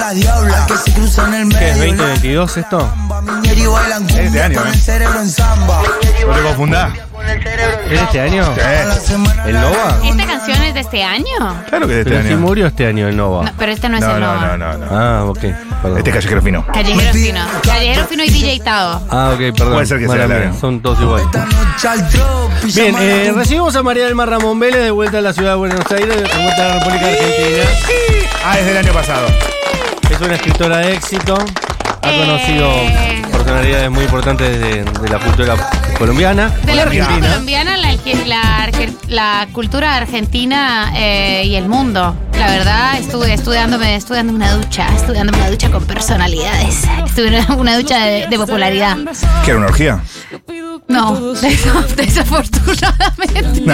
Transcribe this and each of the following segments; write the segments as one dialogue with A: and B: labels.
A: la diabla. Que se cruza en el medio.
B: ¿Qué es 2022 esto?
C: Es de año, ¿eh? No te Eh, confundás.
B: ¿Es este año?
C: Sí.
B: ¿El Nova?
D: ¿Esta canción es de este año?
C: Claro que es de
B: Pero
C: este
B: si
C: año.
B: murió este año el Nova.
D: No, pero este no es
C: No,
D: el Nova.
C: no, no, no. no.
B: Ah, ok. Perdón.
C: Este es Callejero Fino.
D: Callejero Fino. Callejero Fino y DJ Tao.
B: Ah, ok, perdón.
C: Puede ser que sea
B: Mala
C: el
B: mía,
C: año.
B: Son todos iguales. Bien, eh, recibimos a María del Mar Ramón Vélez de vuelta a la ciudad de Buenos Aires, de vuelta a la República Argentina.
C: Ah, es del año pasado.
B: Es una escritora de éxito. Ha
D: Eh.
B: conocido personalidades muy importantes de, de la cultura colombiana.
D: De la cultura
B: Argentina.
D: colombiana, la, arge- la arge- la cultura argentina eh, y el mundo. La verdad, estuve estudiándome, estudiando una ducha, estudiándome una ducha con personalidades. Estuve en una ducha de, de popularidad.
C: ¿Que era una orgía?
D: No, des- desafortunadamente.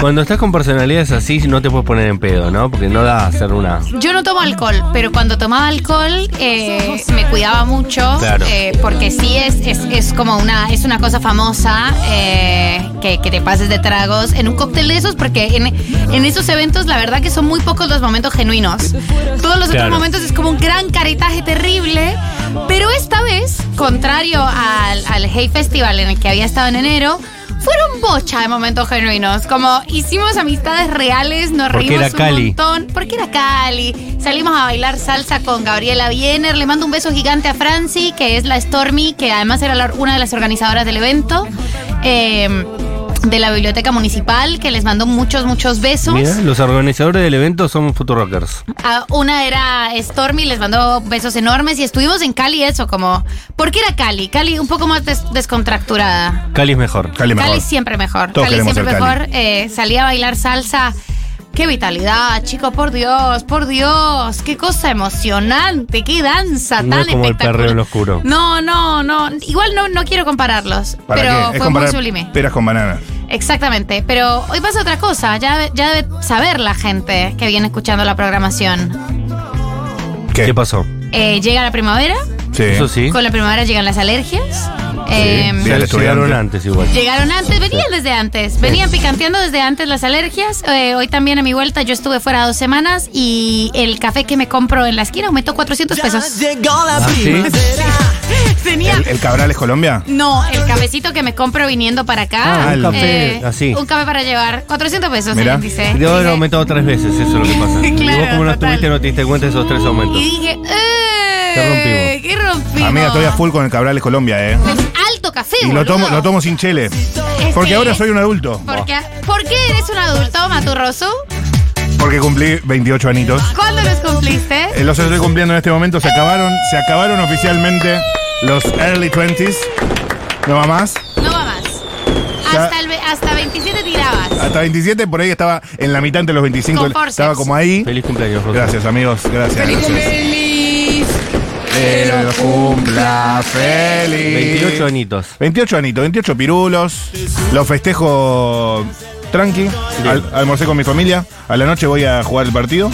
B: Cuando estás con personalidades así, no te puedes poner en pedo, ¿no? Porque no da a ser una.
D: Yo no tomo alcohol, pero cuando tomaba alcohol eh, me cuidaba mucho,
B: Claro.
D: eh, porque sí es, es, es como una es una cosa famosa eh, que, que te pases de tragos en un cóctel de esos, porque en, en esos eventos la verdad que son muy pocos los momentos genuinos. Todos los
B: Claro.
D: otros momentos es como un gran caretaje terrible, pero esta vez, contrario al, al Hey Festival en el que había estado en enero, fueron bocha de momentos genuinos, como hicimos amistades reales, nos
B: Porque
D: reímos
B: era
D: un
B: Cali.
D: montón, porque era Cali. Salimos a bailar salsa con Gabriela Biener. Le mando un beso gigante a Franci, que es la Stormy, que además era la- una de las organizadoras del evento. eh, de la biblioteca municipal, que les mando muchos, muchos besos.
B: Mira, los organizadores del evento son Futurockers.
D: Ah, una era Stormy, les mandó besos enormes y estuvimos en Cali eso, como... ¿Por qué era Cali? Cali un poco más des- descontracturada.
B: Cali es mejor.
C: Cali mejor.
D: Cali siempre mejor.
C: Todos
D: Cali
C: queremos
D: siempre
C: el Cali.
D: mejor. Eh, salí a bailar salsa. Qué vitalidad, chicos, por Dios, por Dios. Qué cosa emocionante, qué danza
B: No
D: tan
B: es como el
D: espectacular.
B: perreo en lo oscuro.
D: No, no, no. Igual no, no quiero compararlos,
C: ¿Para
D: pero
C: qué? Es
D: fue
C: comparar
D: muy sublime.
C: Peras con bananas.
D: Exactamente, pero hoy pasa otra cosa. Ya, ya debe saber la gente que viene escuchando la programación.
B: ¿Qué,
C: ¿Qué?
B: pasó?
D: Eh, llega la primavera,
C: Sí.
B: Eso sí.
D: con la primavera llegan las alergias. Em,
C: Sí,
B: Se
C: al
B: llegaron
C: estudiante.
B: antes igual.
D: Llegaron antes, venían desde antes, venían picanteando desde antes las alergias. Eh, hoy también a mi vuelta yo estuve fuera dos semanas y el café que me compro en la esquina aumentó 400 pesos.
B: ¿Ah, sí?
D: Tenía...
C: ¿El, el Cabral es Colombia?
D: No, el cafecito que me compro viniendo para acá. eh,
B: Ah,
C: un
B: café, así.
D: Un café para llevar, 400 pesos
C: Mirá.
D: el índice.
B: Debo haber
D: Dije-
B: aumentado tres veces, eso es lo que pasa. y vos
D: Claro,
B: como no
D: total.
B: estuviste no te diste cuenta de esos tres aumentos.
D: Y dije, ¡eh! ¿Qué rompimos?
C: Amiga, estoy a full con el Cabral es Colombia, ¿eh?
D: Es Alto café,
C: Y lo tomo,
D: boludo.
C: lo tomo sin chele.
D: Es
C: Porque
D: que-
C: ahora soy un adulto.
D: ¿Por qué, ¿Por qué eres un adulto, Maturroso?
C: Porque cumplí 28 anitos.
D: ¿Cuándo los cumpliste?
C: Eh, Los estoy cumpliendo en este momento. Se acabaron, se acabaron oficialmente los early 20s. No va más.
D: No va más.
C: Ya-
D: Hasta, el ve- hasta 27 tirabas.
C: Hasta 27, por ahí estaba en la mitad entre los 25.
D: Con forceps.
C: estaba como ahí.
B: Feliz cumpleaños, Rosa.
C: Gracias, amigos. Gracias. gracias. Que lo cumpla feliz.
B: 28 añitos.
C: 28 anitos, 28 pirulos. Lo festejo tranqui. Al- almorcé con mi familia. A la noche voy a jugar el partido.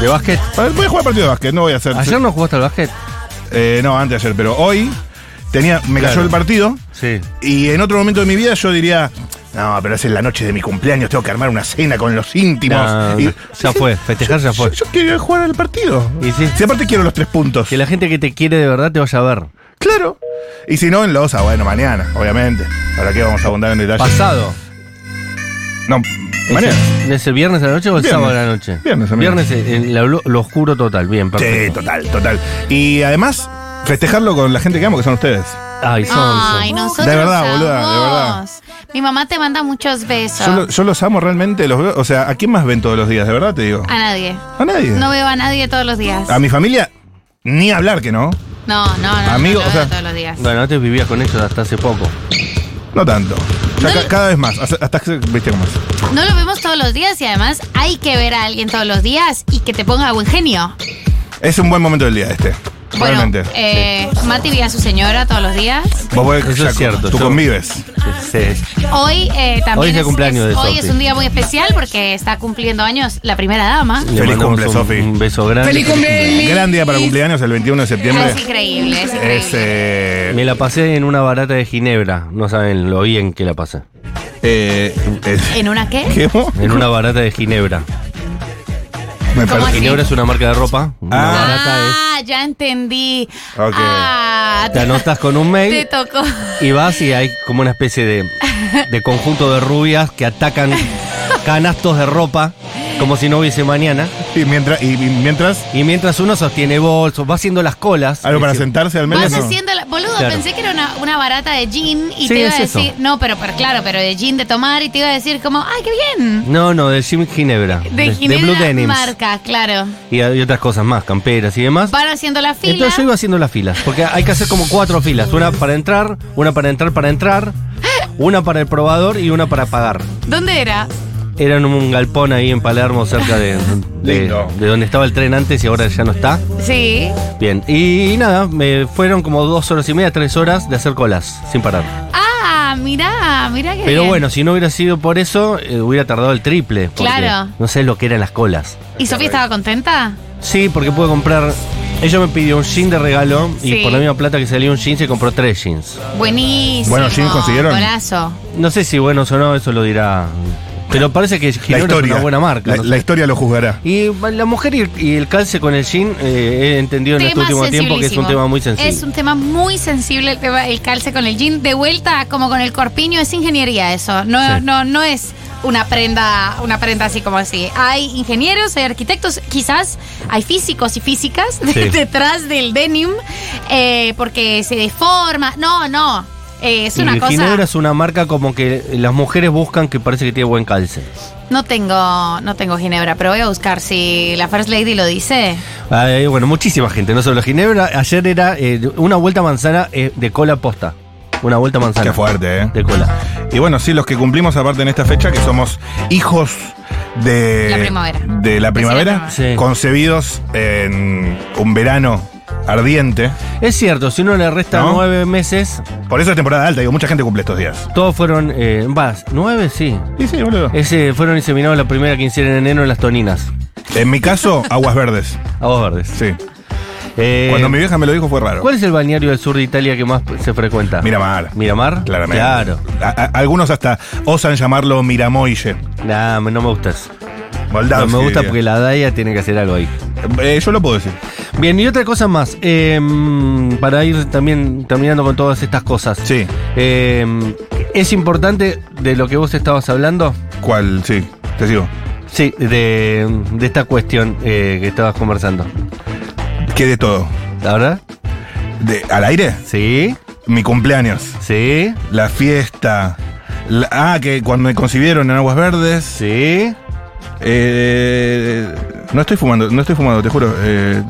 B: ¿De básquet?
C: A ver, Voy a jugar partido de básquet, no voy a hacer.
B: ¿Ayer no jugaste al básquet?
C: Eh, no, antes de ayer, pero hoy tenía, me
B: Claro.
C: cayó el partido.
B: Sí.
C: Y en otro momento de mi vida yo diría, no, pero es en la noche de mi cumpleaños, tengo que armar una cena con los íntimos.
B: No,
C: Y-
B: ya fue, festejar ya
C: yo,
B: fue.
C: yo quiero jugar al partido.
B: Y sí.
C: Si aparte quiero los tres puntos.
B: Que la gente que te quiere de verdad te vaya a ver.
C: Claro. Y si no, en Losa, bueno, mañana, obviamente. ¿Para qué vamos a abundar en detalle?
B: Pasado.
C: No, mañana.
B: ¿Es, es el viernes a la noche o el
C: Viernes.
B: sábado a la noche?
C: Viernes, amigo.
B: Viernes, eh, en la blu- lo oscuro total. Bien,
C: Sí,
B: perfecto.
C: total, total. Y además, festejarlo con la gente que amo, que son ustedes.
B: Ay, Sonso.
D: Ay, nosotros.
C: De verdad, boluda, de
D: amos.
C: verdad.
D: Mi mamá te manda muchos besos.
C: Yo, lo- yo los amo realmente, los veo. O sea, ¿a quién más ven todos los días? De verdad te digo.
D: A nadie.
C: A nadie.
D: No veo a nadie todos los días.
C: A mi familia, ni hablar que no.
D: No, no, no. no,
C: Amigo,
D: no lo
C: o sea-
D: veo todos los días.
B: Bueno, antes vivías con ellos hasta hace poco.
C: No tanto. Ya
D: No
C: ca-
D: le-
C: cada vez más. Hasta, hasta que, viste cómo es.
D: No lo vemos todos los días y además hay que ver a alguien todos los días y que te ponga buen genio.
C: Es un buen momento del día este.
D: Bueno,
C: Realmente.
D: eh, Mati vi a su señora todos los días.
C: Vos podés-
B: Eso es cierto,
C: Tú
B: yo-
C: convives.
B: Sí, sí.
D: Hoy eh, también
B: Hoy es el cumpleaños de
D: hoy
B: Sofi.
D: es un día muy especial porque está cumpliendo años la primera dama.
B: Le
C: Feliz
B: mandamos
C: cumple,
B: un-
C: Sofi.
B: Un beso grande.
C: Gran día para cumpleaños, el 21 de septiembre.
D: Es increíble, es increíble.
C: Es, eh,
B: Me la pasé en una barata de Ginebra. No saben lo bien que la pasé.
C: eh, es-
D: ¿En una qué?
C: ¿Qué?
B: En una barata de Ginebra.
C: Me
D: ¿Cómo
C: parece.
D: así?
B: Ginebra es una marca de ropa. Una
C: Ah.
B: barata es.
D: Ah, ya entendí.
C: Ok.
D: Ah,
B: Te anotas con un
D: te
B: mail
D: tocó.
B: y vas y hay como una especie de, de conjunto de rubias que atacan canastos de ropa como si no hubiese mañana.
C: Y mientras, y, y mientras
B: Y mientras uno sostiene bolsos, va haciendo las colas.
C: algo para
B: Dice,
C: sentarse al menos.
D: Vas
C: ¿no?
D: haciendo la- Boludo,
B: Claro.
D: pensé que era una, una barata de gin y
B: Sí,
D: te iba a
B: es eso.
D: decir. No, pero, pero claro, pero de gin de tomar y te iba a decir como, ¡ay, qué bien!
B: No, no, de Jim Ginebra.
D: De Ginebra
B: Blue Denims.
D: marca, claro.
B: Y, y otras cosas más, camperas y demás.
D: Van haciendo la fila.
B: Entonces yo iba haciendo las filas, porque hay que hacer como cuatro filas. Una para entrar, una para entrar para entrar, una para el probador y una para pagar.
D: ¿Dónde era?
B: Era en un galpón ahí en Palermo, cerca de, de,
C: Lindo.
B: de donde estaba el tren antes y ahora ya no está.
D: Sí.
B: Bien, y nada, me fueron como dos horas y media, tres horas de hacer colas, sin parar.
D: Ah, mirá, mirá que.
B: Pero bueno, si no hubiera sido por eso, eh, hubiera tardado el triple. porque
D: Claro.
B: No sé lo que eran las colas.
D: ¿Y Sofía estaba contenta?
B: Sí, porque pude comprar. Ella me pidió un jean de regalo
D: Sí.
B: y por la misma plata que salió un jean se compró tres jeans.
D: Buenísimo.
C: Bueno, jeans consiguieron.
D: Golazo.
B: No sé si bueno o no, eso lo dirá. Pero parece que
C: La
B: Ginebra es
C: historia.
B: una buena marca.
C: La,
B: no sé.
C: la historia lo juzgará.
B: y la mujer y, y el calce con el jean, eh, he entendido en este
D: Tema
B: último tiempo que es un
D: sensibilísimo.
B: tema muy sensible.
D: Es un tema muy sensible el tema del calce con el jean. De vuelta, como con el corpiño, es ingeniería eso. No,
B: Sí.
D: no, no es una prenda, una prenda así como así. Hay ingenieros, hay arquitectos, quizás hay físicos y físicas
B: Sí.
D: detrás del denim, eh, porque se deforma. No, no. eh, es
B: Y
D: una cosa.
B: Ginebra es una marca como que las mujeres buscan que parece que tiene buen calce.
D: No tengo, no tengo ginebra, pero voy a buscar si la First Lady lo dice.
B: Ay, bueno, muchísima gente, no solo Ginebra. Ayer era eh, una vuelta manzana eh, de cola posta. Una vuelta manzana.
C: Qué fuerte, ¿eh?
B: De cola.
C: Y bueno, sí, los que cumplimos aparte en esta fecha, que somos hijos de
D: La primavera.
C: De la primavera,
B: Sí.
C: concebidos en un verano ardiente.
B: Es cierto, si uno le resta
C: ¿No?
B: nueve meses,
C: Por eso es temporada alta, digo, mucha gente cumple estos días.
B: todos fueron. Eh, vas, nueve, sí.
C: Sí, sí, boludo.
B: Ese, fueron inseminados la primera quincena en enero en las toninas.
C: En mi caso, aguas verdes.
B: A vos verdes.
C: Sí.
B: Eh,
C: Cuando mi vieja me lo dijo fue raro.
B: ¿Cuál es el balneario del sur de Italia que más se frecuenta?
C: Miramar.
B: ¿Miramar?
C: Claramente.
B: Claro.
C: A- a- algunos hasta osan llamarlo Miramoille.
B: Nah, no me gusta eso. No
C: Moldavski,
B: me gusta
C: diría.
B: porque la DAIA tiene que hacer algo ahí.
C: Eh, yo lo puedo decir.
B: Bien, y otra cosa más, em, para ir también terminando con todas estas cosas.
C: Sí.
B: Em, es importante de lo que vos estabas hablando,
C: ¿Cuál? Sí, te sigo.
B: sí, de, de esta cuestión eh, que estabas conversando.
C: ¿Qué de todo?
B: ¿La verdad?
C: De, ¿Al aire?
B: Sí,
C: Mi cumpleaños.
B: sí,
C: La fiesta. La- ah, que cuando me concibieron en Aguas Verdes.
B: sí.
C: Eh, no estoy fumando, no estoy fumando, te juro. eh,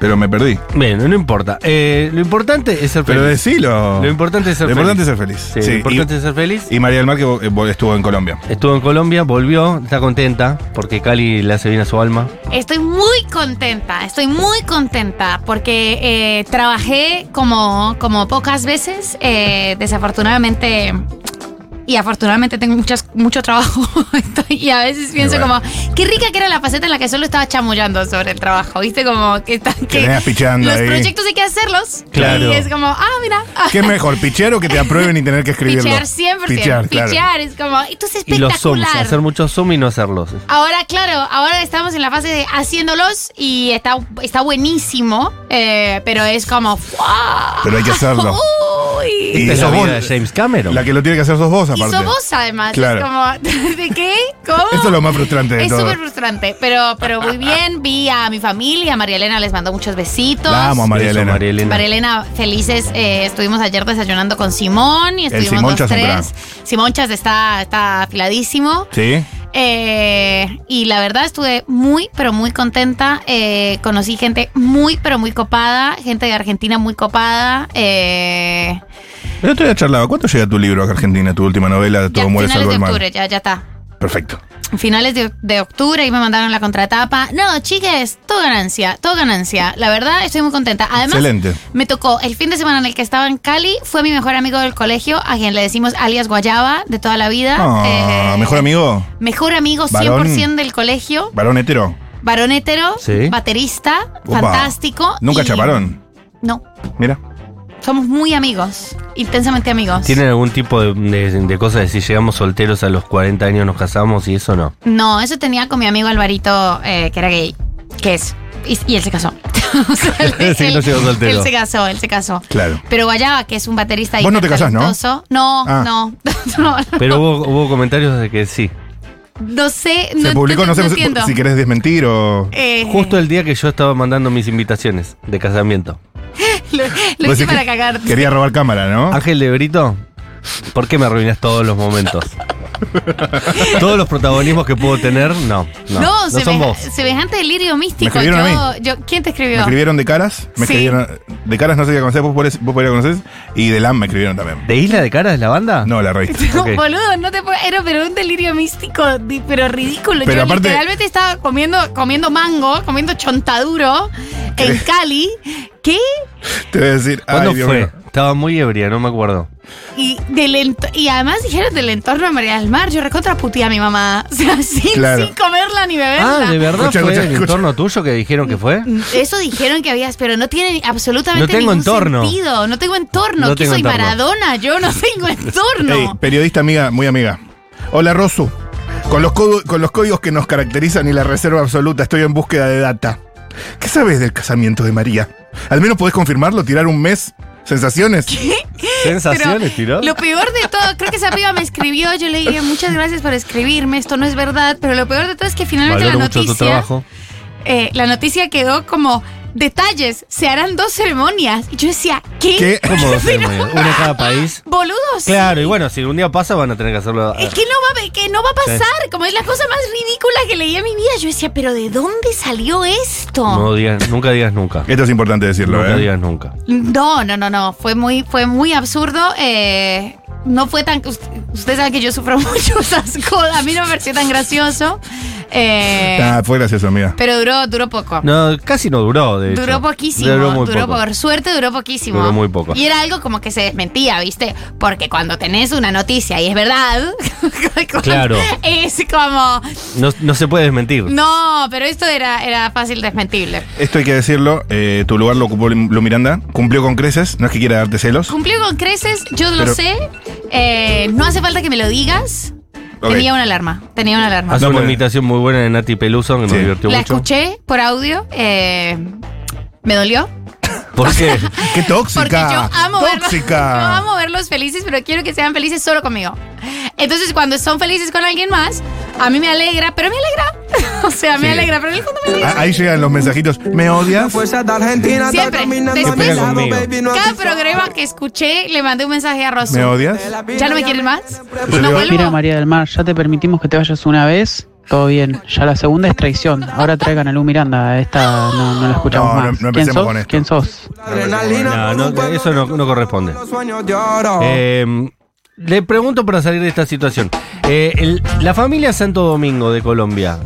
C: pero me perdí.
B: Bien, no importa. Eh, lo importante es ser
C: Pero
B: feliz.
C: decilo.
B: Lo importante es ser
C: Lo
B: feliz.
C: importante es ser feliz.
B: Sí,
C: Sí,
B: lo
C: y-
B: importante es ser feliz.
C: Y María del Mar que vo- eh, vo- estuvo en Colombia.
B: Estuvo en Colombia, volvió, está contenta, porque Cali le hace bien a su alma.
D: Estoy muy contenta, estoy muy contenta porque eh, trabajé como, como pocas veces. eh, desafortunadamente y afortunadamente tengo muchas, mucho trabajo Estoy- y a veces pienso
C: bueno.
D: como, qué rica que era la faceta en la que solo estaba chamullando sobre el trabajo, ¿viste? Como que, está, que
C: venías pichando
D: los
C: ahí.
D: proyectos hay que hacerlos.
B: Claro.
D: Y es como, ah, mira.
C: ¿Qué es mejor, pichar o que te aprueben y tener que escribirlo?
D: Pichar 100%.
C: Pichar,
D: Pichar,
C: claro.
D: es como, esto es
B: Y
D: espectacular.
B: los zooms, hacer muchos zoom y no hacerlos.
D: Ahora, claro, ahora estamos en la fase de haciéndolos y está, está buenísimo, eh, pero es como... ¡guau!
C: Pero hay que hacerlo.
D: Uy.
C: Y
B: Esta es la
C: sos vos.
B: vida de James Cameron.
C: La que lo tiene que hacer sos vos,
D: Y
C: aparte.
D: sos vos, además.
C: Claro.
D: Es como, ¿de qué? ¿Cómo?
C: Eso es lo más frustrante de
D: Es
C: todo.
D: súper frustrante, pero, pero muy bien. Vi a mi familia, a María Elena les mandó muchos besitos.
C: La amo a María
B: Eso,
C: Elena.
B: María Elena.
D: María Elena, felices. eh, estuvimos ayer desayunando con Simón y estuvimos
C: Simonchas
D: los
C: es un
D: tres. Simonchas está, está afiladísimo.
C: Sí.
D: Eh, y la verdad estuve muy, pero muy contenta. Eh, conocí gente muy, pero muy copada. Gente de Argentina muy copada. Eh,
C: El otro día charlaba. ¿Cuánto llega tu libro acá a Argentina, tu última novela,
D: ya
C: Todo muere
D: finales
C: salvo
D: de
C: el
D: octubre,
C: mar?
D: ya, ya está.
C: Perfecto.
D: Finales de, de octubre y me mandaron la contratapa. No, chicas, todo ganancia, todo ganancia. La verdad estoy muy contenta. Además,
C: Excelente.
D: me tocó el fin de semana en el que estaba en Cali. Fue mi mejor amigo del colegio, a quien le decimos alias Guayaba de toda la vida.
C: Ah,
D: Eh,
C: mejor amigo,
D: Mejor amigo 100%
C: Varón.
D: del colegio.
C: varón hetero.
D: Varón hetero,
B: Sí.
D: baterista,
C: Opa.
D: fantástico.
C: Nunca
D: y-
C: chaparón.
D: No,
C: Mira.
D: Somos muy amigos, intensamente amigos.
B: ¿Tienen algún tipo de, de- de cosa de si llegamos solteros a los 40 años nos casamos y eso no?
D: No, eso tenía con mi amigo Alvarito, eh, que era gay, que es. Y, y él se casó. O sea, él,
B: Sí, no llegó soltero.
D: él se casó, él se casó.
C: Claro.
D: Pero Guayaba, que es un baterista
C: Vos no te casás, ¿no?
D: hipertalentoso- No,
C: Ah.
D: no, no.
B: Pero hubo, hubo comentarios de que sí.
D: No sé,
C: Se
D: no,
C: publicó, no, sé si-
D: entiendo.
C: si querés desmentir o.
D: Eh,
B: Justo el día que yo estaba mandando mis invitaciones de casamiento.
D: Lo, lo
C: Vos
D: hice
C: decís
D: para
C: que
D: cagar. Ah,
C: Quería robar cámara, ¿no?
B: Ángel de Brito, ¿por qué me arruinas todos los momentos? todos los protagonismos que puedo tener, no. No,
D: No,
B: no son
D: semeja-
B: vos.
D: semejante delirio místico.
C: Me escribieron a
D: yo, yo- ¿Quién te
C: Me
D: escribió?
C: escribieron de caras, me
D: Sí.
C: escribieron. De caras no sé si la conocés, vos podés- vos podrías conocer. Y de LAM me escribieron también.
B: ¿De Isla de Caras la banda?
C: No, la revista.
D: No,
B: Ok.
D: Boludo, no te puedo. Era pero un delirio místico, di- pero ridículo.
C: Pero
D: Yo
C: aparte-
D: literalmente estaba comiendo, comiendo mango, comiendo chontaduro en Cali. ¿Qué?
C: Te voy a decir. ay,
B: ¿Cuándo
C: Dios
B: fue?
C: mío.
B: Estaba muy ebria, no me acuerdo.
D: Y, del ento- y además dijeron del entorno de María del Mar. Yo recontra puteé a mi mamá. O sea, sin,
C: Claro.
D: sin comerla ni beberla. Mm,
B: Ah, ¿de verdad
C: Escucha,
B: fue
C: escucha,
B: el
C: escucha.
B: entorno tuyo que dijeron que fue?
D: Eso dijeron que habías, pero no tiene
B: No
D: absolutamente
B: tengo
D: ningún
B: entorno.
D: sentido. No tengo entorno.
B: No
D: ¿Qué
B: tengo
D: soy
B: entorno.
D: Maradona? Yo no tengo entorno.
C: Ey, periodista amiga, muy amiga. Hola, Rosu. Con los, codo- con los códigos que nos caracterizan y la reserva absoluta, estoy en búsqueda de data. ¿Qué sabes del casamiento de María? Al menos podés confirmarlo, tirar un mes. ¿Sensaciones?
B: Sensaciones,
D: Pero
B: tiró.
D: Lo peor de todo, creo que esa piba me escribió. Yo le dije muchas gracias por escribirme. Esto no es verdad. Pero lo peor de todo es que finalmente
B: Valoro
D: la
B: mucho tu
D: noticia.
B: trabajo.
D: eh, la noticia quedó como detalles. Se harán dos ceremonias. Y yo decía, ¿qué?
C: ¿Qué?
B: ¿Cómo dos ceremonias? Una en cada país.
D: Boludos.
B: Claro, y bueno, si un día pasa van a tener que hacerlo.
D: Es que no va, a- que no va a pasar, como es la cosa más ridícula que leí en mi vida. Yo decía, pero ¿de dónde salió esto?
B: No digas, nunca digas nunca.
C: Esto es importante decirlo,
B: Nunca
C: ¿eh?
B: digas nunca.
D: No, no, no, no. Fue muy, fue muy absurdo. eh, no fue tan. us- Ustedes saben que yo sufro mucho esas cosas. A mí no me pareció tan gracioso. eh,
C: Ah, fue gracioso, amiga.
D: pero duró, duró poco.
B: No, casi no duró, de hecho.
D: Duró poquísimo,
B: Duró
D: duró,
B: muy poco.
D: por suerte duró poquísimo.
B: Duró muy poco.
D: Y era algo como que se desmentía, ¿viste? Porque cuando tenés una noticia y es verdad,
B: Claro.
D: es como,
B: No, no se puede desmentir.
D: no, pero esto era, era fácil desmentible.
C: Esto hay que decirlo, eh, tu lugar lo ocupó Lu Miranda, cumplió con creces, no es que quiera darte celos.
D: Cumplió con creces, yo lo
C: Pero-
D: sé. eh, no hace falta que me lo digas.
C: Ok.
D: Tenía una alarma, tenía una alarma.
B: Hace
C: No,
B: una
C: porque-
B: imitación muy buena de Nati Peluso que nos
C: Sí.
B: divirtió
D: La
B: mucho.
D: escuché por audio, eh, me dolió.
B: ¿Por qué?
C: ¡Qué
D: Porque yo
C: tóxica!
D: amo, verlos, yo
C: ¡Tóxica! Ah,
D: amo verlos felices, pero quiero que sean felices solo conmigo. Entonces, cuando son felices con alguien más, a mí me alegra, pero me alegra. O sea, me
B: Sí.
D: alegra, pero en el fondo me alegra.
C: Ah, Ahí llegan los mensajitos. ¿Me odias?
E: Fuerza de Argentina está
D: Siempre.
E: caminando
D: Después-
E: a mi lado,
B: Conmigo.
E: baby,
C: Ah,
E: no
D: Cada
E: hace falta.
D: programa que escuché le mandé un mensaje a Rosu.
C: ¿Me odias?
D: ¿Ya no me quieren más?
C: Yo
D: ¿No
C: digo-
F: Mira
D: vuelvo?
F: María del Mar, ya te permitimos que te vayas una vez, todo bien. Ya la segunda es traición. Ahora traigan a Lu Miranda, a esta no, no la escuchamos
C: No, no-
F: más.
C: no
F: ¿Quién
C: empecemos
F: sos?
C: con esto.
F: ¿Quién sos?
E: Adrenalina
B: No, no,
E: por un
B: eso no- no corresponde.
E: Los sueños de oro.
B: Eh, le pregunto para salir de esta situación. Eh, el- la familia Santo Domingo de Colombia.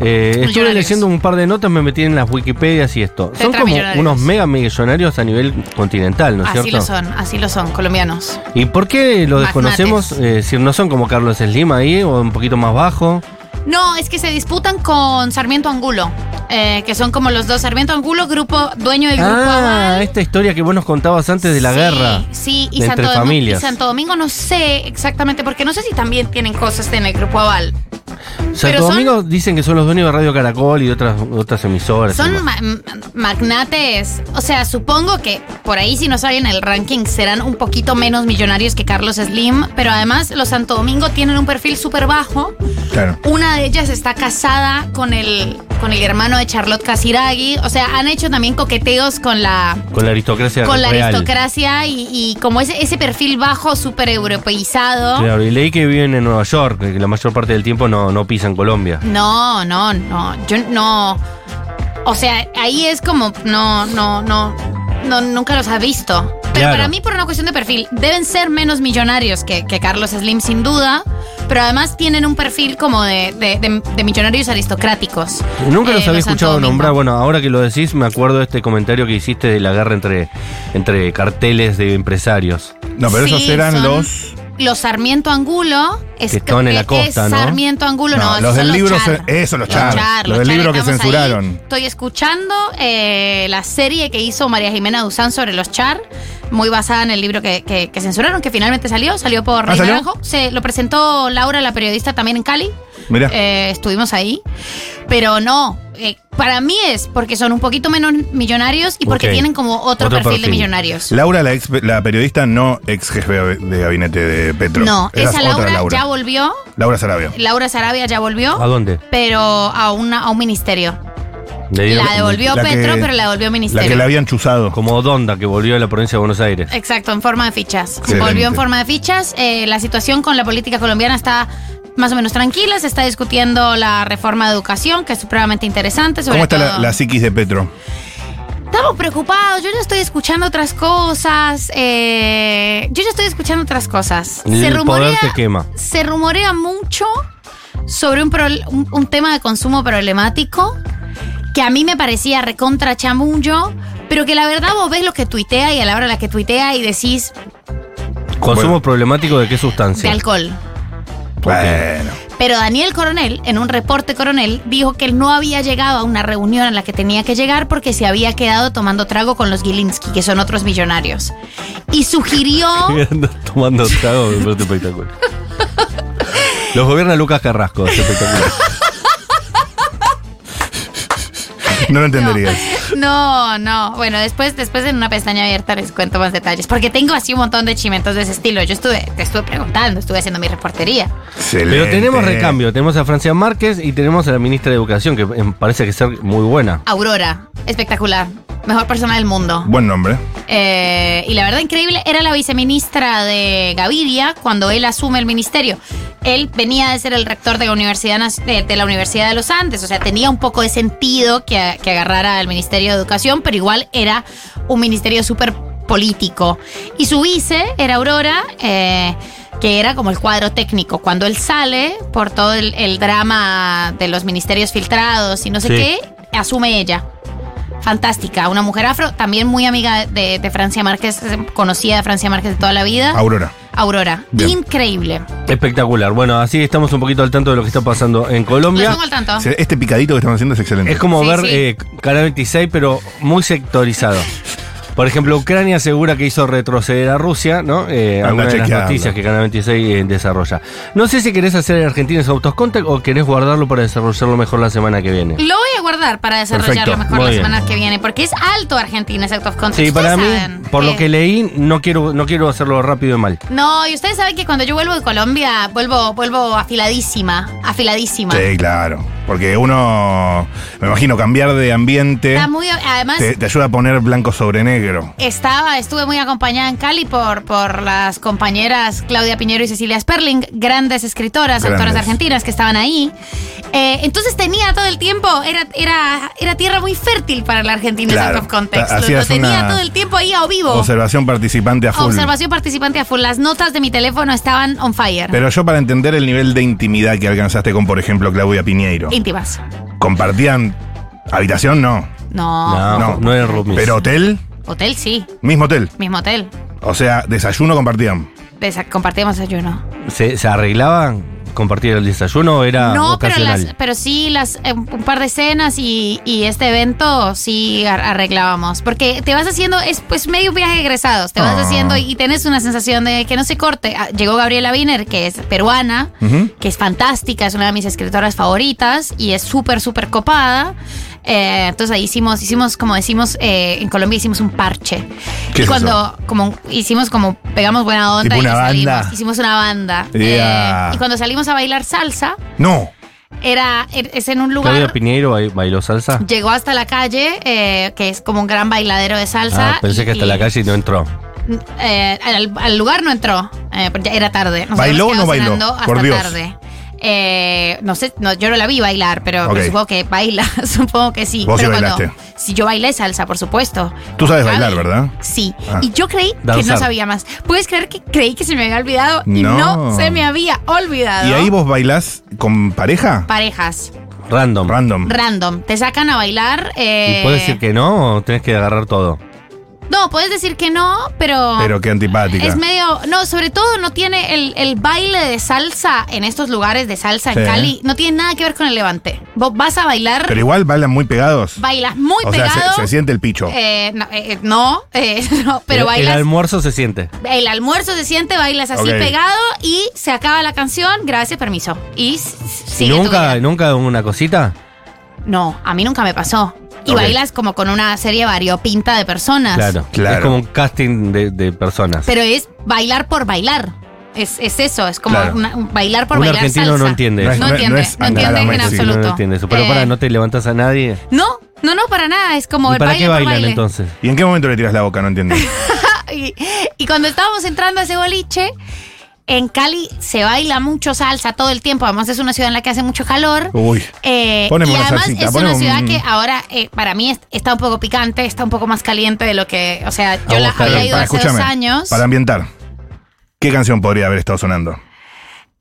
B: Eh, estuve
D: Millonarios.
B: leyendo un par de notas, me metí en las Wikipedias y esto. Son como
D: Tetramillonarios.
B: unos mega millonarios a nivel continental, ¿no es
D: Así
B: cierto?
D: lo son, así lo son, colombianos.
B: ¿Y por qué lo
D: Magnates.
B: desconocemos? Eh, si no son como Carlos Slim ahí, o un poquito más bajo.
D: No, es que se disputan con Sarmiento Angulo, eh, que son como los dos. Sarmiento Angulo, grupo dueño del grupo
B: Ah,
D: Aval.
B: esta historia que vos nos contabas antes de la
D: Sí,
B: guerra.
D: Sí, y
B: de
D: Santo,
B: entre
D: Domingo,
B: familias.
D: y Santo Domingo no sé exactamente, porque no sé si también tienen cosas en el grupo Aval.
B: Santo
D: Pero son-
B: Domingo dicen que son los dueños de Radio Caracol y de otras, otras emisoras. y
D: Son
B: demás.
D: ma- m- magnates, o sea, supongo que por ahí si no salen el ranking serán un poquito menos millonarios que Carlos Slim, pero además los Santo Domingo tienen un perfil súper bajo.
C: Claro.
D: Una de ellas está casada con el, con el hermano de Charlotte Casiraghi, o sea, han hecho también coqueteos con la
B: con la aristocracia
D: con la
B: real.
D: aristocracia y, y como ese, ese perfil bajo súper europeizado.
B: Claro, y leí que viven en Nueva York, que la mayor parte del tiempo no, no pisan Colombia.
D: No, no, no, yo no. O sea, ahí es como, no, no, no, no nunca los ha visto. Pero
B: Claro.
D: para mí, por una cuestión de perfil, deben ser menos millonarios que, que Carlos Slim, sin duda. Pero además tienen un perfil como de, de- de- de millonarios aristocráticos.
B: Nunca
D: Eh,
B: los había
D: Santo
B: escuchado
D: Domingo.
B: nombrar. Bueno, ahora que lo decís, me acuerdo de este comentario que hiciste de la guerra entre, entre carteles de empresarios.
C: No, pero esos
D: Sí,
C: eran
D: son
C: los.
D: Los Sarmiento Angulo. Es,
B: Que estaban en la
D: es
B: costa, ¿no?
D: Sarmiento Angulo, no.
C: No,
D: esos
C: los
D: son
C: del libro.
D: Char.
C: cen- Eso, los char.
D: Char,
C: Los del
D: Char,
C: libro que
D: estamos ahí.
C: censuraron.
D: Estoy escuchando eh, la serie que hizo María Jimena Duzán sobre los Char. muy basada en el libro que, que- que censuraron, que finalmente salió, salió por
C: ¿Ah,
D: Rey
C: salió?
D: Naranjo. Se lo presentó Laura, la periodista, también en Cali.
C: Mirá.
D: Eh, estuvimos ahí. Pero no, eh, para mí es porque son un poquito menos millonarios y porque
B: Ok.
D: tienen como otro,
B: Otro
D: perfil, de
B: perfil.
D: millonarios.
C: Laura, la, ex- la periodista, no ex jefe de gabinete de Petro.
D: no,
C: Esa es
D: esa
C: otra
D: Laura,
C: Laura.
D: ya volvió.
C: Laura Sarabia.
D: Laura Sarabia ya volvió.
B: ¿A dónde?
D: Pero a, una, a un ministerio.
B: Le dieron-
D: La devolvió
C: la que-
D: Petro, pero la devolvió
C: La
D: ministerio.
C: que la habían chuzado.
B: Como Donda, que volvió a la provincia de Buenos Aires.
D: Exacto, en forma de fichas.
C: Excelente.
D: Volvió en forma de fichas. Eh, la situación con la política colombiana está más o menos tranquila. Se está discutiendo la reforma de educación, que es supremamente interesante. Sobre
C: ¿Cómo está la,
D: todo-
C: la psiquis de Petro?
D: Estamos preocupados. Yo ya estoy escuchando otras cosas. eh, yo ya estoy escuchando otras cosas. se
B: el
D: rumorea,
B: poder te quema.
D: se rumorea mucho sobre un, prol- un- un tema de consumo problemático que a mí me parecía recontra chamullo, pero que la verdad vos ves lo que tuitea y a la hora en la que tuitea y decís
B: ¿Consumo
C: Bueno.
B: problemático de qué
D: de
B: sustancia?
D: alcohol.
C: Bueno.
D: Pero Daniel Coronel, en un reporte coronel, dijo que él no había llegado a una reunión a la que tenía que llegar porque se había quedado tomando trago con los Gilinski, que son otros millonarios. Y sugirió,
B: Anda Tomando trago, me parece espectacular. Los gobierna Lucas Carrasco, es espectacular.
C: No lo entenderías.
D: no, no, bueno, después, después en una pestaña abierta les cuento más detalles, porque tengo así un montón de chimentos de ese estilo. Yo estuve, te estuve preguntando, estuve haciendo mi reportería.
C: Excelente.
B: Pero tenemos recambio, tenemos a Francia Márquez y tenemos a la ministra de Educación, que em, parece que ser muy buena.
D: Aurora, espectacular, mejor persona del mundo.
C: Buen nombre.
D: Eh, y la verdad increíble, era la viceministra de Gaviria cuando él asume el ministerio. Él venía de ser el rector de la Universidad, Nas- de, de la Universidad de los Andes, o sea, tenía un poco de sentido que, a- que agarrara el Ministerio de Educación, pero igual era un ministerio súper político. Y su vice era Aurora, eh, que era como el cuadro técnico. Cuando él sale por todo el, el drama de los ministerios filtrados y no sé
B: Sí.
D: qué, asume ella. Fantástica, una mujer afro, también muy amiga de, de Francia Márquez, conocida de Francia Márquez de toda la vida.
C: Aurora.
D: Aurora,
C: Bien.
D: increíble.
B: Espectacular. Bueno, así estamos un poquito al tanto de lo que está pasando en
D: Lo
B: Colombia.
D: pongo al tanto.
C: Se- Este picadito que estamos haciendo es excelente.
B: Es como
D: Sí,
B: ver
D: sí.
B: eh, Canal 26, pero muy sectorizado. Por ejemplo, Ucrania asegura que hizo retroceder a Rusia, ¿no? Eh,
C: Anda
B: alguna de las
C: chequeando.
B: noticias que Canal 26 eh, desarrolla. No sé si querés hacer en Argentina esos autos contact o querés guardarlo para desarrollarlo mejor la semana que viene.
D: Lo voy a guardar para desarrollarlo
C: Perfecto,
D: mejor
B: muy
D: la
B: bien.
D: semana que viene, porque es alto Argentina ese out of context.
B: Sí, para
D: Ustedes
B: mí,
D: saben
B: por lo que leí, no quiero, no quiero hacerlo rápido y mal.
D: No, y ustedes saben que cuando yo vuelvo de Colombia, vuelvo, vuelvo afiladísima, afiladísima.
C: Sí, claro. Porque uno, me imagino, cambiar de ambiente
D: Está muy, además,
C: te, te ayuda a poner blanco sobre negro.
D: Estaba, estuve muy acompañada en Cali por, por las compañeras Claudia Piñero y Cecilia Sperling, grandes escritoras,
C: Grandes.
D: autoras argentinas que estaban ahí. Eh, entonces tenía todo el tiempo, era, era, era tierra muy fértil para la Argentina
C: Claro.
D: out of context.
C: Ta-
D: Lo,
C: hacías
D: lo tenía
C: una
D: todo el tiempo ahí a vivo.
C: Observación participante a full.
D: Observación participante a full. Las notas de mi teléfono estaban on fire.
C: Pero yo para entender el nivel de intimidad que alcanzaste con, por ejemplo, Claudia Piñeiro.
D: Íntimas.
C: ¿Compartían habitación? No.
D: No.
B: No, no,
C: no.
B: es roomies.
C: ¿Pero hotel?
D: Hotel sí,
C: Mismo hotel.
D: mismo hotel.
C: O sea, desayuno compartían.
D: Desa- compartíamos desayuno.
B: ¿Se, se arreglaban? ¿Compartir el desayuno o
C: Ah,
B: era
D: No, pero,
B: ocasional?
D: las, pero sí, las, eh, un par de cenas y, y este evento sí ar- arreglábamos. Porque te vas haciendo, es pues medio viaje de egresados, te vas
C: Ah.
D: haciendo y tenés una sensación de que no se corte. Ah, Llegó Gabriela Wiener, que es peruana,
C: Ujú.
D: que es fantástica, es una de mis escritoras favoritas y es súper, súper copada. Eh, entonces ahí hicimos, hicimos, como decimos eh, en Colombia, hicimos un parche.
C: ¿Qué
D: y
C: es
D: cuando como un- hicimos como pegamos buena onda
C: Tipo
D: y
C: una
D: nos salimos.
C: banda.
D: Hicimos una banda.
C: Yeah.
D: Eh, y cuando salimos a bailar salsa,
C: No.
D: era er- es en un
B: Claudia
D: lugar
B: Piñeiro ba- bailó salsa.
D: llegó hasta la calle eh, que es como un gran bailadero de salsa
B: Ah, pensé
D: y-
B: que hasta
D: y,
B: la calle y no entró.
D: eh, al, al lugar no entró eh, porque ya era tarde Nosotros
C: ¿Bailó o no
D: quedamos
C: bailó?
D: cenando hasta
C: Por Dios.
D: tarde Eh, no sé no, yo no la vi bailar pero, pero
C: Ok.
D: supongo que baila supongo que sí
C: Vos sí
D: pero
C: bailaste.
D: si yo bailé salsa por supuesto
C: Tú sabes
D: Gaby,
C: bailar, ¿verdad?
D: Sí,
C: Ah.
D: y yo creí que
B: Danzar.
D: no sabía más. ¿Puedes creer que creí que se me había olvidado y
C: No.
D: no, se me había olvidado?
C: ¿Y ahí vos bailás con pareja?
D: Parejas.
B: Random.
C: Random.
D: random. Te sacan a bailar.
B: ¿Y
D: Eh,
B: puedes decir que no o tenés que agarrar todo?
D: No, puedes decir que no, pero.
C: Pero qué antipática.
D: es medio. No, sobre todo no tiene el, el baile de salsa en estos lugares de salsa
C: Sí.
D: en Cali. No tiene nada que ver con el levante. Vos vas a bailar,
C: Pero igual bailan muy pegados.
D: bailas muy
C: o sea,
D: pegado.
C: se- se, siente el picho.
D: Eh, no, eh, eh, no, eh, no, pero
B: el, el
D: bailas.
B: almuerzo se siente.
D: El almuerzo se siente, bailas así
C: Ok.
D: pegado y se acaba la canción. Gracias, permiso. Y s- sigue tu
B: ¿Nunca,
D: vida.
B: nunca una cosita?
D: No, a mí nunca me pasó. Y
C: Ok.
D: bailas como con una serie variopinta de personas.
B: Claro,
C: Claro.
B: Es como un casting de, de personas.
D: Pero es bailar por bailar. Es, es eso, es como
C: Claro.
D: una- un bailar por
B: un
D: bailar
B: argentino
D: salsa.
B: no entiende
C: No
B: eso.
C: es-
D: No entiende,
C: es
D: no entiende
C: Andrade
D: en
C: Messi,
B: Sí,
D: absoluto.
B: no lo entiende eso. Pero
D: Eh,
B: para, no te levantas a nadie.
D: No, no, no, para nada. Es como
B: ¿Y
D: el
B: para
D: baile
B: qué
D: por
B: bailan
D: baile.
B: entonces?
C: ¿Y en qué momento le tiras la boca? No entendí.
D: Y, y cuando estábamos entrando a ese boliche, en Cali se baila mucho salsa todo el tiempo. Además, es una ciudad en la que hace mucho calor.
C: Uy.
D: Eh,
C: Uh. Poneme
D: y
C: una
D: además
C: salsita,
D: es
C: poneme
D: una ciudad
C: un-
D: que ahora eh, para mí es- está un poco picante, está un poco más caliente de lo que, o sea, yo
B: Vamos,
D: la
B: Carlos,
D: había ido
C: Para-
D: hace dos
C: escúchame,
D: años.
C: Para ambientar. ¿Qué canción podría haber estado sonando?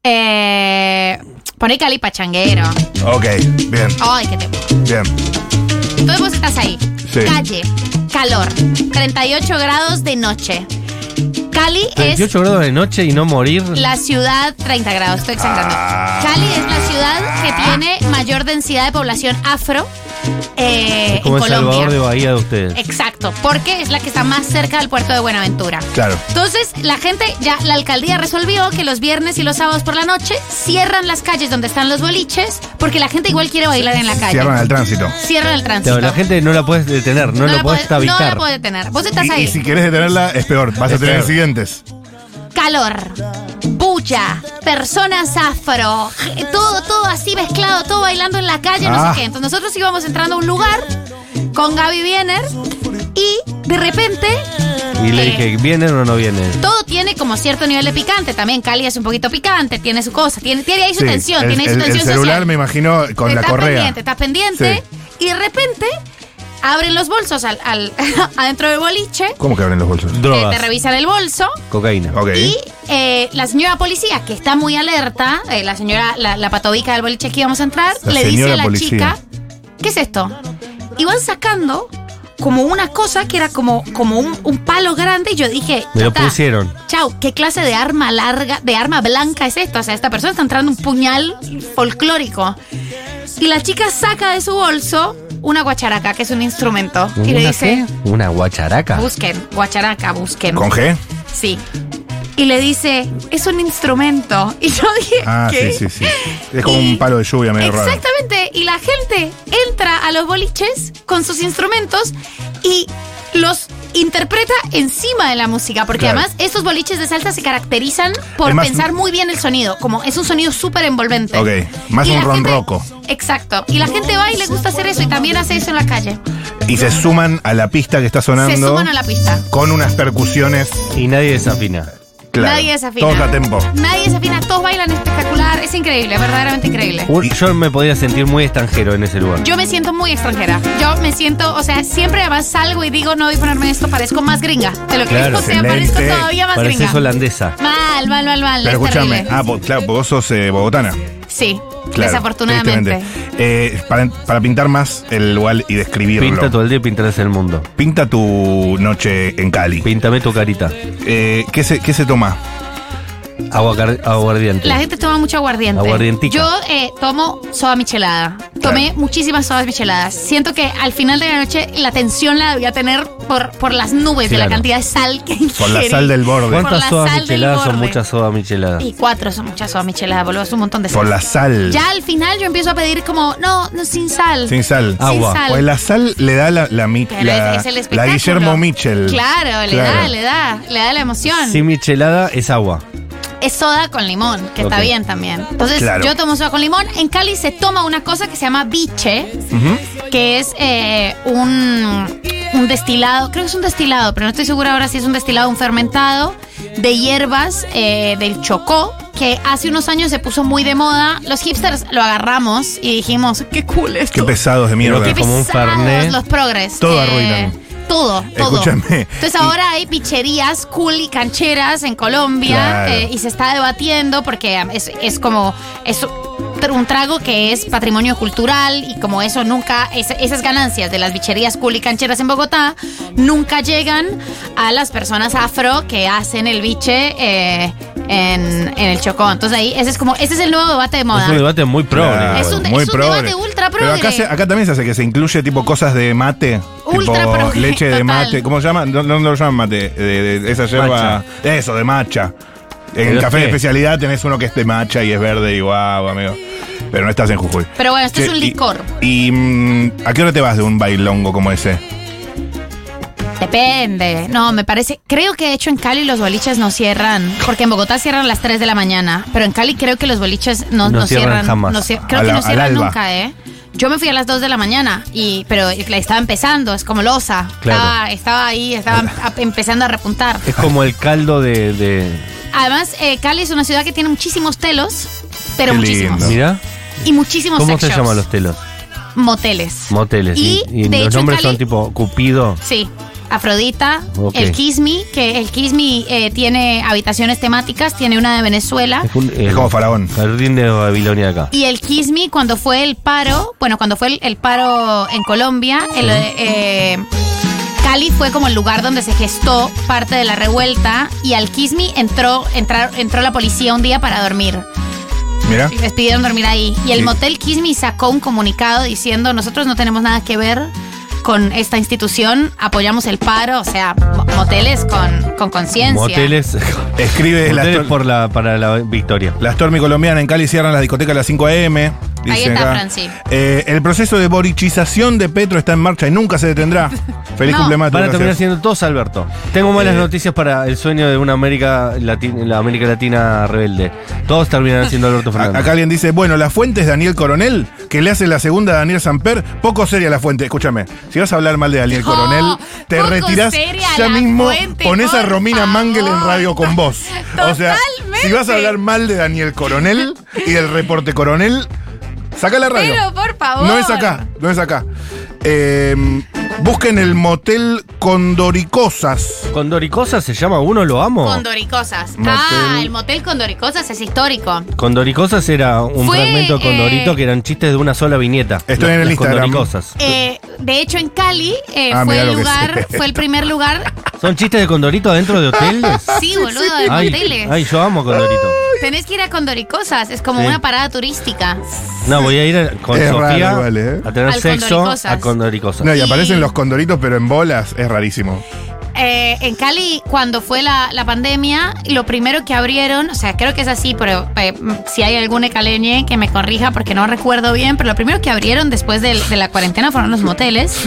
D: Eh, poné Cali Pachanguero.
C: Ok, bien,
D: Ay, qué tema.
C: bien.
D: Entonces vos estás ahí.
C: Sí.
D: Calle, calor, 38 grados de noche. Cali es
B: 38 grados de noche y no morir.
D: la ciudad, 30 grados, estoy exagerando.
C: Ah.
D: Cali es la ciudad que tiene mayor densidad de población afro eh,
B: es como
D: en
B: el Salvador de
D: Colombia.
B: Bahía de ustedes.
D: Exacto, porque es la que está más cerca del puerto de Buenaventura.
C: Claro.
D: Entonces, la gente, ya la alcaldía resolvió que los viernes y los sábados por la noche cierran las calles donde están los boliches, porque la gente igual quiere bailar en la calle.
C: Cierran al tránsito.
D: Cierran el tránsito.
B: Claro, la gente no la puedes detener, no, la puedes
D: puede- No la
B: evitar.
D: puede tener. Vos estás
C: Y-
D: ahí.
C: Y, si querés detenerla, es peor. Vas
B: Es
C: a tener
B: peor.
C: siguientes.
D: Calor, bulla, personas afro, je- todo, todo así mezclado, todo bailando en la calle, no
C: Ah.
D: sé qué. Entonces nosotros íbamos entrando a un lugar con Gaby Biener y de repente
B: Y le
D: Eh.
B: dije, ¿vienen o no vienen?
D: todo tiene como cierto nivel de picante. También Cali es un poquito picante, tiene su cosa, tiene, tiene ahí su
C: Sí,
D: tensión,
C: el,
D: tiene ahí su
C: el- el
D: tensión
C: celular
D: social.
C: me imagino con la
D: estás
C: correa.
D: pendiente, estás pendiente. Y de repente abren los bolsos al, al- adentro del boliche,
C: ¿Cómo que abren los bolsos?
D: eh, te
B: Drogas,
D: revisan el bolso.
B: cocaína.
C: Ok.
D: Y eh, la señora policía, que está muy alerta, eh, la señora, la, la patobica del boliche que íbamos a entrar,
C: La
D: le dice
C: señora
D: a la
C: policía.
D: chica, ¿qué es esto? Y van sacando como una cosa que era como, como un, un palo grande y yo dije,
B: Me lo
D: "Ya está".
B: pusieron.
D: Chau, ¿qué clase de arma larga, de arma blanca es esto? O sea, esta persona está entrando un puñal folclórico. Y la chica saca de su bolso una guacharaca, que es un instrumento. Y le
B: ¿Una
D: dice,
B: qué? Una guacharaca.
D: busquen, guacharaca, busquen.
C: ¿Con G?
D: Sí. Y le dice, es un instrumento. Y yo dije,
C: Ah,
D: ¿qué?
C: sí, sí, sí. Es como
D: Y-
C: un palo de lluvia medio raro.
D: Exactamente. Y la gente entra a los boliches con sus instrumentos y los interpreta encima de la música. Porque
C: Claro.
D: además, estos boliches de salsa se caracterizan por
C: Es más-
D: pensar muy bien el sonido. Como es un sonido súper envolvente.
C: Ok, más
D: Y
C: un
D: la gente-
C: ronroco.
D: Exacto. Y la gente va y le gusta hacer eso. Y también hace eso en la calle.
C: Y se suman a la pista que está sonando
D: Se suman a la pista.
C: con unas percusiones.
B: Y nadie desafina.
C: Claro,
D: Nadie desafina.
C: Todos a tempo.
D: Nadie se afina. Todos bailan espectacular. Es increíble, verdaderamente increíble.
B: Un- Yo me podría sentir muy extranjero en ese lugar.
D: Yo me siento muy extranjera. Yo me siento, o sea, siempre además salgo y digo, no voy a ponerme esto, parezco más gringa. Te lo que
B: Claro,
D: digo, o sea, parezco
C: excelente.
D: todavía más
B: Pareces
D: gringa.
B: holandesa.
D: Mal, mal, mal, mal.
C: Pero
D: es
C: escúchame.
D: terrible.
C: Ah, vos- claro, porque vos sos eh, bogotana.
D: Sí,
C: Claro,
D: desafortunadamente.
C: tristemente. Eh, para, para pintar más el lugar y describirlo.
B: Pinta todo el día y pintarás el mundo.
C: Pinta tu noche en Cali.
B: Píntame tu carita.
C: Eh, ¿qué, se, ¿Qué se toma?
B: Aguacar- aguardiente.
D: La gente toma mucho aguardiente.
B: Aguardientica.
D: Yo eh, tomo soda michelada. Tomé
C: Claro.
D: muchísimas sodas micheladas. Siento que al final de la noche la tensión la debía tener por, por las nubes de
B: Claro.
D: la cantidad de sal que ingerí.
C: Por la sal del borde.
D: Por la
B: ¿Cuántas sodas
D: sal del
B: micheladas son
D: borde.
B: muchas sodas micheladas?
D: Y cuatro son muchas sodas micheladas, boludo. Es un montón de sal.
C: Por la sal.
D: Ya al final yo empiezo a pedir como, no, no sin sal.
C: Sin sal.
B: Ah, agua.
D: Sin sal.
C: Pues la sal le da la, la, mi-
D: Pero
C: la-
D: es, es el
C: la
D: espectáculo.
C: Guillermo Mitchell.
D: Claro, le da,
C: Claro.
D: le da, le da la emoción.
B: Sin michelada es agua.
D: Es soda con limón, que está
B: Ok.
D: bien también. Entonces,
C: Claro.
D: yo tomo soda con limón. En Cali se toma una cosa que se llama biche, que es eh, un, un destilado, creo que es un destilado, pero no estoy segura ahora si es un destilado, un fermentado de hierbas eh, del Chocó, que hace unos años se puso muy de moda. Los hipsters lo agarramos y dijimos, qué cool esto.
C: Qué pesados de mierda.
B: Pero
D: Qué
B: Como un
D: pesados
B: Fernet.
D: los progres. Eh,
C: Todo arruinan.
D: Todo, todo.
C: Escúchame.
D: Entonces ahora hay picherías cool y cancheras en Colombia
C: Claro.
D: eh, y se está debatiendo porque um, es, es como es tr- un trago que es patrimonio cultural y como eso nunca, es- esas ganancias de las bicherías culicancheras en Bogotá nunca llegan a las personas afro que hacen el biche eh, en, en el Chocó. Entonces ahí, ese es como, ese es el nuevo debate de moda.
B: Es un debate muy pro.
C: Claro,
D: Es un-
C: muy
D: es un
C: progre.
D: debate ultra
C: Pero acá,
D: progre.
C: se- acá también se hace que se incluye tipo cosas de mate.
D: Ultra
C: tipo
D: progre,
C: leche de
D: total.
C: mate. ¿Cómo se llama? No, no lo llaman mate. de- de- esa yerba. Eso, de matcha. En
B: ¿Pero
C: el café
B: qué?
C: de especialidad tenés uno que es de matcha y es verde y guau, amigo. Pero no estás en Jujuy.
D: Pero bueno, este
C: Che,
D: es un
C: y-
D: licor.
C: ¿Y, mm, a qué hora te vas de un bailongo como ese?
D: Depende. No, me parece. Creo que de hecho en Cali los boliches no cierran. Porque en Bogotá cierran a las 3 de la mañana. Pero en Cali creo que los boliches no,
B: No
D: no
B: cierran
D: cierran.
B: jamás.
D: no cier- creo
C: Al-
D: que no
C: al
D: cierran
C: alba.
D: nunca, ¿eh? Yo me fui a las 2 de la mañana, y pero la estaba empezando, es como losa.
B: Claro. Eh.
D: Estaba, estaba ahí, estaba ap- empezando a repuntar.
B: Es como el caldo de. de...
D: Además, eh, Cali es una ciudad que tiene muchísimos telos, pero
C: Qué
D: muchísimos.
C: lindo.
B: Mirá.
D: Y muchísimos
B: ¿Cómo
D: sex
B: se
D: shops,
B: llaman los telos?
D: moteles.
B: Moteles.
D: Y,
B: ¿sí? Y
D: de
B: los
D: hecho, en
B: nombres son
D: Cali-
B: tipo Cupido.
D: Sí, Afrodita,
B: Ok.
D: el Kiss Me, que el Kiss Me eh, tiene habitaciones temáticas, tiene una de Venezuela.
B: un- eh,
C: Es como faraón.
B: Jardín de Babilonia acá.
D: Y el Kiss Me, cuando fue el paro, bueno, cuando fue el, el paro en Colombia, el, eh, Cali fue como el lugar donde se gestó parte de la revuelta y al Kiss Me entró, entrar- entró la policía un día para dormir.
C: Mirá.
D: Les pidieron dormir ahí. Y el
C: Sí.
D: motel Kiss Me sacó un comunicado diciendo, nosotros no tenemos nada que ver con esta institución, apoyamos el paro, o sea, mo- moteles con con conciencia.
B: Moteles.
C: Escribe la,
B: Moteles
C: Stor-
B: por la, para la victoria.
C: la Stormy colombiana en Cali cierran las discotecas a las 5 a.m.
D: Ahí
C: dice
D: está,
C: acá.
D: Franci.
C: Eh, el proceso de borichización de Petro está en marcha y nunca se detendrá. Feliz
D: No.
C: cumpleaños.
B: Van a
C: gracias.
B: terminar siendo todos Alberto. Tengo malas
C: Eh.
B: noticias para el sueño de una América Latina, la América Latina rebelde. Todos terminarán siendo Alberto
C: A-
B: Fernández.
C: Acá alguien dice, bueno, la fuente es Daniel Coronel, que le hace la segunda a Daniel Samper. Poco seria la fuente. Escúchame, si vas a hablar mal de Daniel
D: No,
C: Coronel, te
D: poco
C: retirás
D: seria
C: ya
D: la
C: mismo.
D: fuente,
C: Pones a
D: por
C: Romina
D: favor.
C: Mangel en radio con vos. O sea, si
D: Totalmente.
C: vas a hablar mal de Daniel Coronel y del reporte Coronel, saca la radio.
D: Pero, por favor.
C: No es acá, no es acá. Eh, busquen el motel Condoricosas.
B: Condoricosa se llama uno, lo amo.
D: Condoricosas.
C: Motel.
D: Ah, el motel Condoricosas es histórico.
B: Condoricosas era un
D: Fue,
B: fragmento de Condorito
D: eh,
B: que eran chistes de una sola viñeta.
C: Estoy en el
B: Las
C: Instagram.
B: Condoricosas.
D: Eh, de hecho, en Cali eh,
C: Ah,
D: fue
C: mirá
D: el
C: lo que es
D: lugar,
C: esto.
D: fue el primer lugar.
B: ¿Son chistes de Condorito dentro de hoteles?
D: Sí, boludo, de
B: Ay,
D: moteles.
B: ay, yo amo Condorito.
D: Tenés que ir a Condoricosas, es como
B: Sí.
D: una parada turística.
B: No, voy a ir a- con
C: Es raro
B: Sofía
C: igual, ¿eh?
B: a tener
D: Al
B: sexo
D: Condoricosas.
B: a Condoricosas.
C: No, y
D: Y-
C: aparecen los condoritos, pero en bolas. Es rarísimo.
D: Eh, en Cali, cuando fue la, la pandemia, lo primero que abrieron, o sea, creo que es así, pero eh, m- si hay algún caleñe que me corrija porque no recuerdo bien, pero lo primero que abrieron después del- de, la cuarentena fueron los moteles.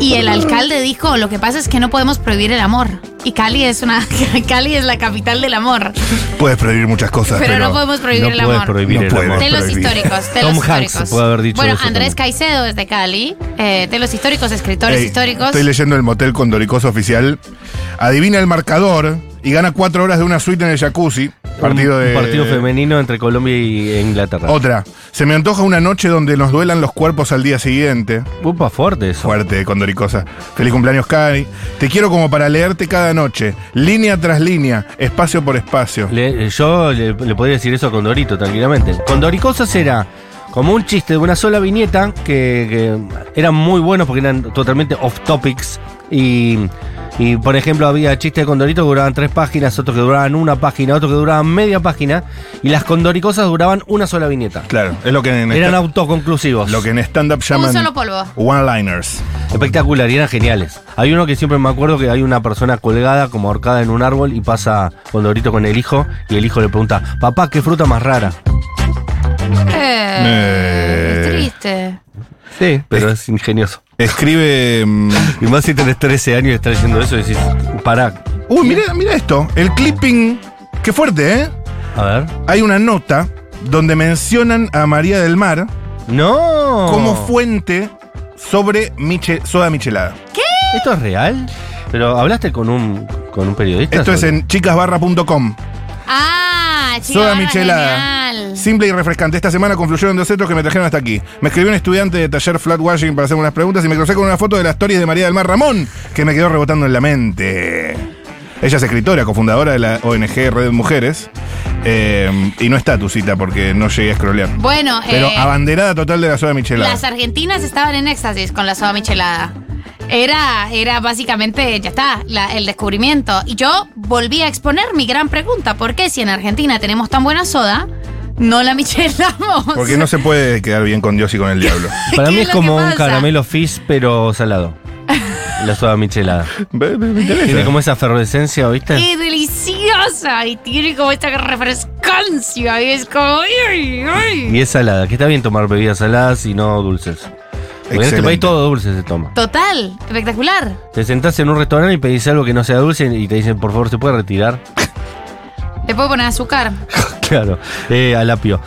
D: Y el alcalde dijo, lo que pasa es que no podemos prohibir el amor. Y Cali es una Cali es la capital del amor.
C: Puedes prohibir muchas cosas,
D: Pero
C: pero,
D: no podemos prohibir
B: no
D: el
B: puedes
D: amor.
B: prohibir
C: No
B: el
C: puedes.
B: amor.
D: Telos
C: prohibir.
D: históricos, telos
B: Tom Hanks
D: históricos.
B: puede haber dicho
D: bueno,
B: eso
D: Andrés
B: también.
D: Caicedo es de Cali, eh, telos históricos, escritores
C: Ey,
D: históricos.
C: Estoy leyendo el motel Condoricoso oficial. Adivina el marcador y gana cuatro horas de una suite en el jacuzzi. Partido
B: un, un
C: de.
B: partido femenino entre Colombia y Inglaterra.
C: Otra. Se me antoja una noche donde nos duelan los cuerpos al día siguiente.
B: Upa, fuerte eso.
C: Fuerte, Condoricosa. Feliz cumpleaños, Cari. Te quiero como para leerte cada noche, línea tras línea, espacio por espacio.
B: Le- eh, yo le, le podría decir eso a Condorito tranquilamente. Condoricosas era como un chiste de una sola viñeta que, que eran muy buenos porque eran totalmente off topics. Y, y, por ejemplo, había chistes de Condorito que duraban tres páginas, otros que duraban una página, otros que duraban media página. Y las Condoricosas duraban una sola viñeta.
C: Claro, es lo que en,
B: Eran
C: esta-
B: autoconclusivos.
C: lo que en stand-up llaman.
D: solo polvo.
C: One-liners.
B: Espectacular, y eran geniales. Hay uno que siempre me acuerdo que hay una persona colgada, como ahorcada en un árbol, y pasa Condorito con el hijo, y el hijo le pregunta, papá, ¿qué fruta más rara?
D: Eh,
C: Eh.
D: Triste.
B: Sí, pero es ingenioso.
C: Escribe. mm,
B: Y más si tenés 13 años y estás diciendo eso, decís, pará.
C: Uy, mira, mira esto. El clipping. Qué fuerte, ¿eh?
B: A ver.
C: hay una nota donde mencionan a María del Mar
B: ¡No!
C: como fuente sobre miche- soda michelada.
B: ¿Esto es real? Pero hablaste con un, con un periodista.
C: Esto es
B: sobre-
C: en chicasbarra.com.
D: Ah, chica,
C: Soda
D: barra
C: michelada.
D: genial.
C: Simple y refrescante. Esta semana confluyeron dos hechos que me trajeron hasta aquí. Me escribió un estudiante de taller flatwashing para hacerme unas preguntas y me crucé con una foto de las stories de María del Mar Ramón que me quedó rebotando en la mente. Ella es escritora, cofundadora de la ONG Red Mujeres. Eh, y no está tu cita porque no llegué a scrollear.
D: Bueno,
C: Pero
D: eh,
C: abanderada total de la soda michelada.
D: las argentinas estaban en éxtasis con la soda michelada. Era, era básicamente, ya está, la- el descubrimiento. Y yo volví a exponer mi gran pregunta. ¿Por qué si en Argentina tenemos tan buena soda, no la michelamos?
C: Porque no se puede quedar bien con Dios y con el diablo.
B: Para
D: ¿Qué
B: mí
D: es
B: es
D: lo
B: como
D: que
B: un
D: pasa?
B: caramelo fizz, pero salado. La soda michelada.
C: Ve- ve- me interesa.
B: Tiene como esa efervescencia, ¿viste?
D: ¡Qué deliciosa! Y tiene como esta refrescancia. Y es como... ¡Ay, ay!
B: Y es salada, que está bien tomar bebidas saladas y no dulces. Porque en este
C: Excelente.
B: país todo dulce se toma.
D: Total, espectacular.
B: Te sentás en un restaurante y pedís algo que no sea dulce y te dicen, por favor, ¿se puede retirar?
D: Le puedo poner azúcar.
B: claro, eh, al apio.